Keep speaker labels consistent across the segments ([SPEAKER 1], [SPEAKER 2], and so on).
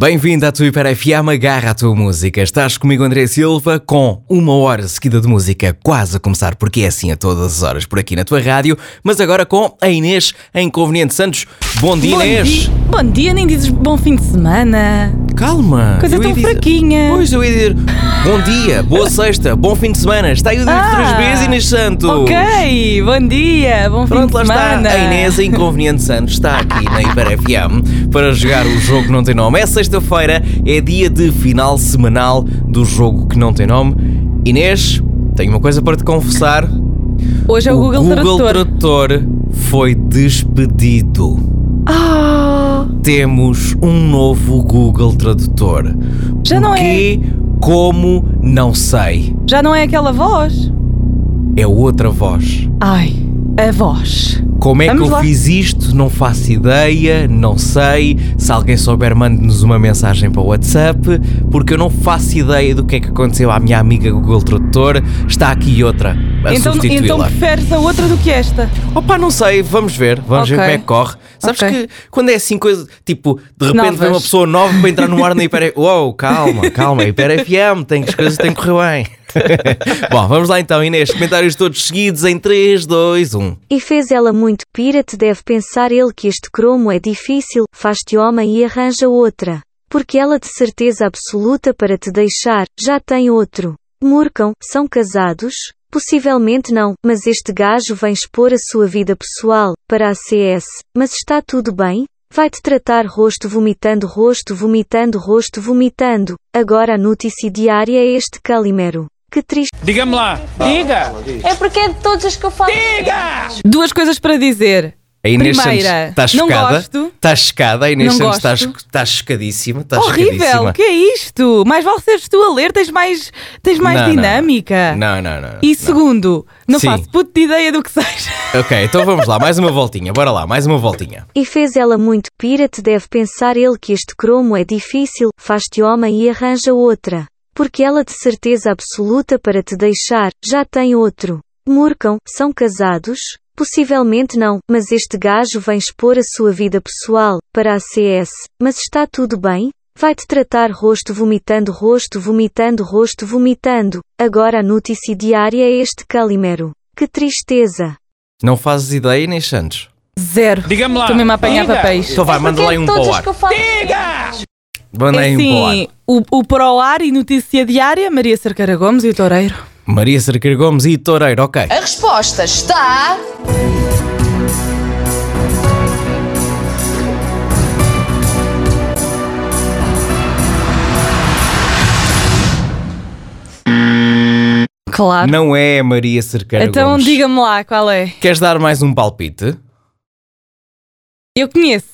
[SPEAKER 1] Bem-vindo à tua Hiper FM, agarra a tua música. Estás comigo, André Silva, com uma hora seguida de música, quase a começar, porque é assim a todas as horas por aqui na tua rádio, mas agora com a Inês, a Inconveniente Santos. Bom dia,
[SPEAKER 2] Bom
[SPEAKER 1] Inês!
[SPEAKER 2] dia, bom dia, nem dizes bom fim de semana.
[SPEAKER 1] Calma!
[SPEAKER 2] Coisa
[SPEAKER 1] eu
[SPEAKER 2] tão
[SPEAKER 1] ia dizer-
[SPEAKER 2] fraquinha.
[SPEAKER 1] Pois, eu ia dizer bom dia, boa sexta, bom fim de semana. Está aí o dito três vezes, Inês Santos.
[SPEAKER 2] Ah, Ok, bom dia, bom
[SPEAKER 1] Pronto,
[SPEAKER 2] fim
[SPEAKER 1] lá
[SPEAKER 2] de semana.
[SPEAKER 1] está. A Inês, a Inconveniente Santos, está aqui na Hiper FM para jogar o jogo que não tem nome. É sexta-feira, é dia de final semanal do jogo que não tem nome. Inês, tenho uma coisa para te confessar.
[SPEAKER 2] Hoje é o, Google, Tradutor.
[SPEAKER 1] Tradutor foi despedido.
[SPEAKER 2] Ah,
[SPEAKER 1] Temos um novo Google Tradutor.
[SPEAKER 2] Já
[SPEAKER 1] o
[SPEAKER 2] não é.
[SPEAKER 1] que, como, não sei.
[SPEAKER 2] já não é aquela voz?
[SPEAKER 1] É outra voz.
[SPEAKER 2] Ai, a voz.
[SPEAKER 1] Como é
[SPEAKER 2] Vamos
[SPEAKER 1] que eu
[SPEAKER 2] lá.
[SPEAKER 1] fiz isto? Não faço ideia, não sei. Se alguém souber, mande-nos uma mensagem para o WhatsApp, porque eu não faço ideia do que é que aconteceu à minha amiga Google Tradutor. Está aqui outra a
[SPEAKER 2] então, então
[SPEAKER 1] substituí-la.
[SPEAKER 2] preferes a outra do que esta?
[SPEAKER 1] Opa, não sei, vamos ver, vamos ver
[SPEAKER 2] Ok.
[SPEAKER 1] como é que corre. Sabes
[SPEAKER 2] Ok.
[SPEAKER 1] que quando é assim coisa, tipo, de repente vem uma
[SPEAKER 2] Novas.
[SPEAKER 1] pessoa nova para entrar no ar na Hiper Uou, calma, calma, Hiper FM, tem que as coisas têm que correr bem. Bom, vamos lá então, Inês, comentários todos seguidos em um. 3, 2, 1.
[SPEAKER 3] E fez ela muito pirate deve pensar ele que este cromo é difícil, faz-te homem e arranja outra. Porque ela de certeza absoluta para te deixar, já tem outro. Murcam, são casados? Possivelmente não, mas este gajo vem expor a sua vida pessoal, para a CS, mas está tudo bem? Vai-te tratar rosto vomitando rosto vomitando rosto vomitando. Agora a notícia diária é este Calimero. Que triste.
[SPEAKER 4] Diga-me lá, diga!
[SPEAKER 5] É porque é de todas as que eu falo.
[SPEAKER 2] Duas coisas para dizer.
[SPEAKER 1] A Inês
[SPEAKER 2] Primeira,
[SPEAKER 1] Santos está
[SPEAKER 2] não
[SPEAKER 1] chocada.
[SPEAKER 2] gosto.
[SPEAKER 1] Está chocada. A Inês
[SPEAKER 2] Não
[SPEAKER 1] Santos está,
[SPEAKER 2] gosto.
[SPEAKER 1] cho- está chocadíssima. Está
[SPEAKER 2] Horrível,
[SPEAKER 1] Tá chocadíssima.
[SPEAKER 2] o que é isto? Mais vale seres tu a ler, tens mais, tens é mais
[SPEAKER 1] Não, não,
[SPEAKER 2] dinâmica.
[SPEAKER 1] Não, não, não. não.
[SPEAKER 2] E segundo, não
[SPEAKER 1] Sim.
[SPEAKER 2] faço puta ideia do que seja.
[SPEAKER 1] Ok, então vamos lá. Mais uma voltinha. Bora lá. Mais uma voltinha.
[SPEAKER 3] E fez ela muito pirate deve pensar ele que este cromo é difícil, faz-te homem e arranja outra. Porque ela de certeza absoluta para te deixar, já tem outro. Murcam, são casados? Possivelmente não, mas este gajo vem expor a sua vida pessoal, para a CS, mas está tudo bem? Vai-te tratar rosto vomitando rosto vomitando rosto vomitando, agora a notícia diária é este Calimero. Que tristeza!
[SPEAKER 1] Não fazes ideia, Inês Santos?
[SPEAKER 2] Zero.
[SPEAKER 4] Diga-me lá!
[SPEAKER 2] Estou mesmo a apanhar
[SPEAKER 4] diga.
[SPEAKER 2] papéis.
[SPEAKER 1] Então vai, manda
[SPEAKER 5] Porque
[SPEAKER 1] lá
[SPEAKER 5] é
[SPEAKER 1] aí um
[SPEAKER 5] de
[SPEAKER 1] para
[SPEAKER 5] todas
[SPEAKER 1] o
[SPEAKER 5] as
[SPEAKER 1] ar.
[SPEAKER 5] que eu falo.
[SPEAKER 1] Manda aí um
[SPEAKER 2] É
[SPEAKER 1] para o
[SPEAKER 2] assim,
[SPEAKER 1] ar.
[SPEAKER 2] o, o Pro Ar e Notícia Diária, Maria Cercara Gomes e o Toureiro.
[SPEAKER 1] Maria Cerqueira Gomes e Toreiro. Ok.
[SPEAKER 5] A resposta está.
[SPEAKER 2] Claro.
[SPEAKER 1] Não é a Maria Cerqueira
[SPEAKER 2] Ah. então
[SPEAKER 1] Gomes.
[SPEAKER 2] diga-me lá qual é.
[SPEAKER 1] Queres dar mais um palpite?
[SPEAKER 2] Eu conheço.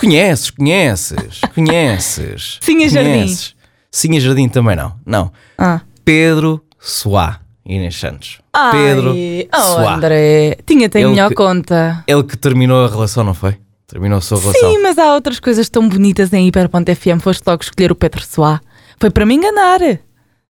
[SPEAKER 1] Conheces, conheces, conheces.
[SPEAKER 2] Sinha Jardim.
[SPEAKER 1] Conheces. Sinha Jardim também não. Não.
[SPEAKER 2] Ah.
[SPEAKER 1] Pedro Soá, Inês Santos.
[SPEAKER 2] Ai,
[SPEAKER 1] Pedro
[SPEAKER 2] oh,
[SPEAKER 1] Soá.
[SPEAKER 2] André. Tinha-te em
[SPEAKER 1] Ele
[SPEAKER 2] melhor
[SPEAKER 1] que-
[SPEAKER 2] conta.
[SPEAKER 1] Ele que terminou a relação, não foi? Terminou a sua relação.
[SPEAKER 2] Sim, mas há outras coisas tão bonitas em hiper.fm. Foste logo escolher o Pedro Soá. Foi para me enganar.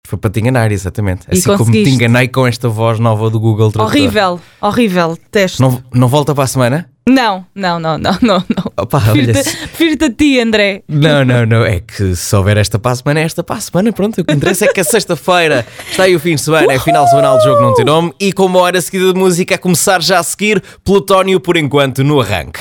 [SPEAKER 1] Foi para te enganar, exatamente.
[SPEAKER 2] E
[SPEAKER 1] Assim como te
[SPEAKER 2] conseguiste.
[SPEAKER 1] enganei com esta voz nova do Google Tradutor.
[SPEAKER 2] Horrível, horrível. Teste.
[SPEAKER 1] Não, não volta para a semana?
[SPEAKER 2] Não, não, não, não, não. não.
[SPEAKER 1] Opa, olha
[SPEAKER 2] Prefiro-te
[SPEAKER 1] se-
[SPEAKER 2] prefiro-te a ti, André.
[SPEAKER 1] Não, não, não. É que se houver esta para a semana, é esta para a semana. Pronto, o que interessa é que é sexta-feira. Está aí o fim de semana, é final semanal de jogo não tem nome. E com uma hora seguida de música a começar já a seguir, Plutónio por enquanto no arranque.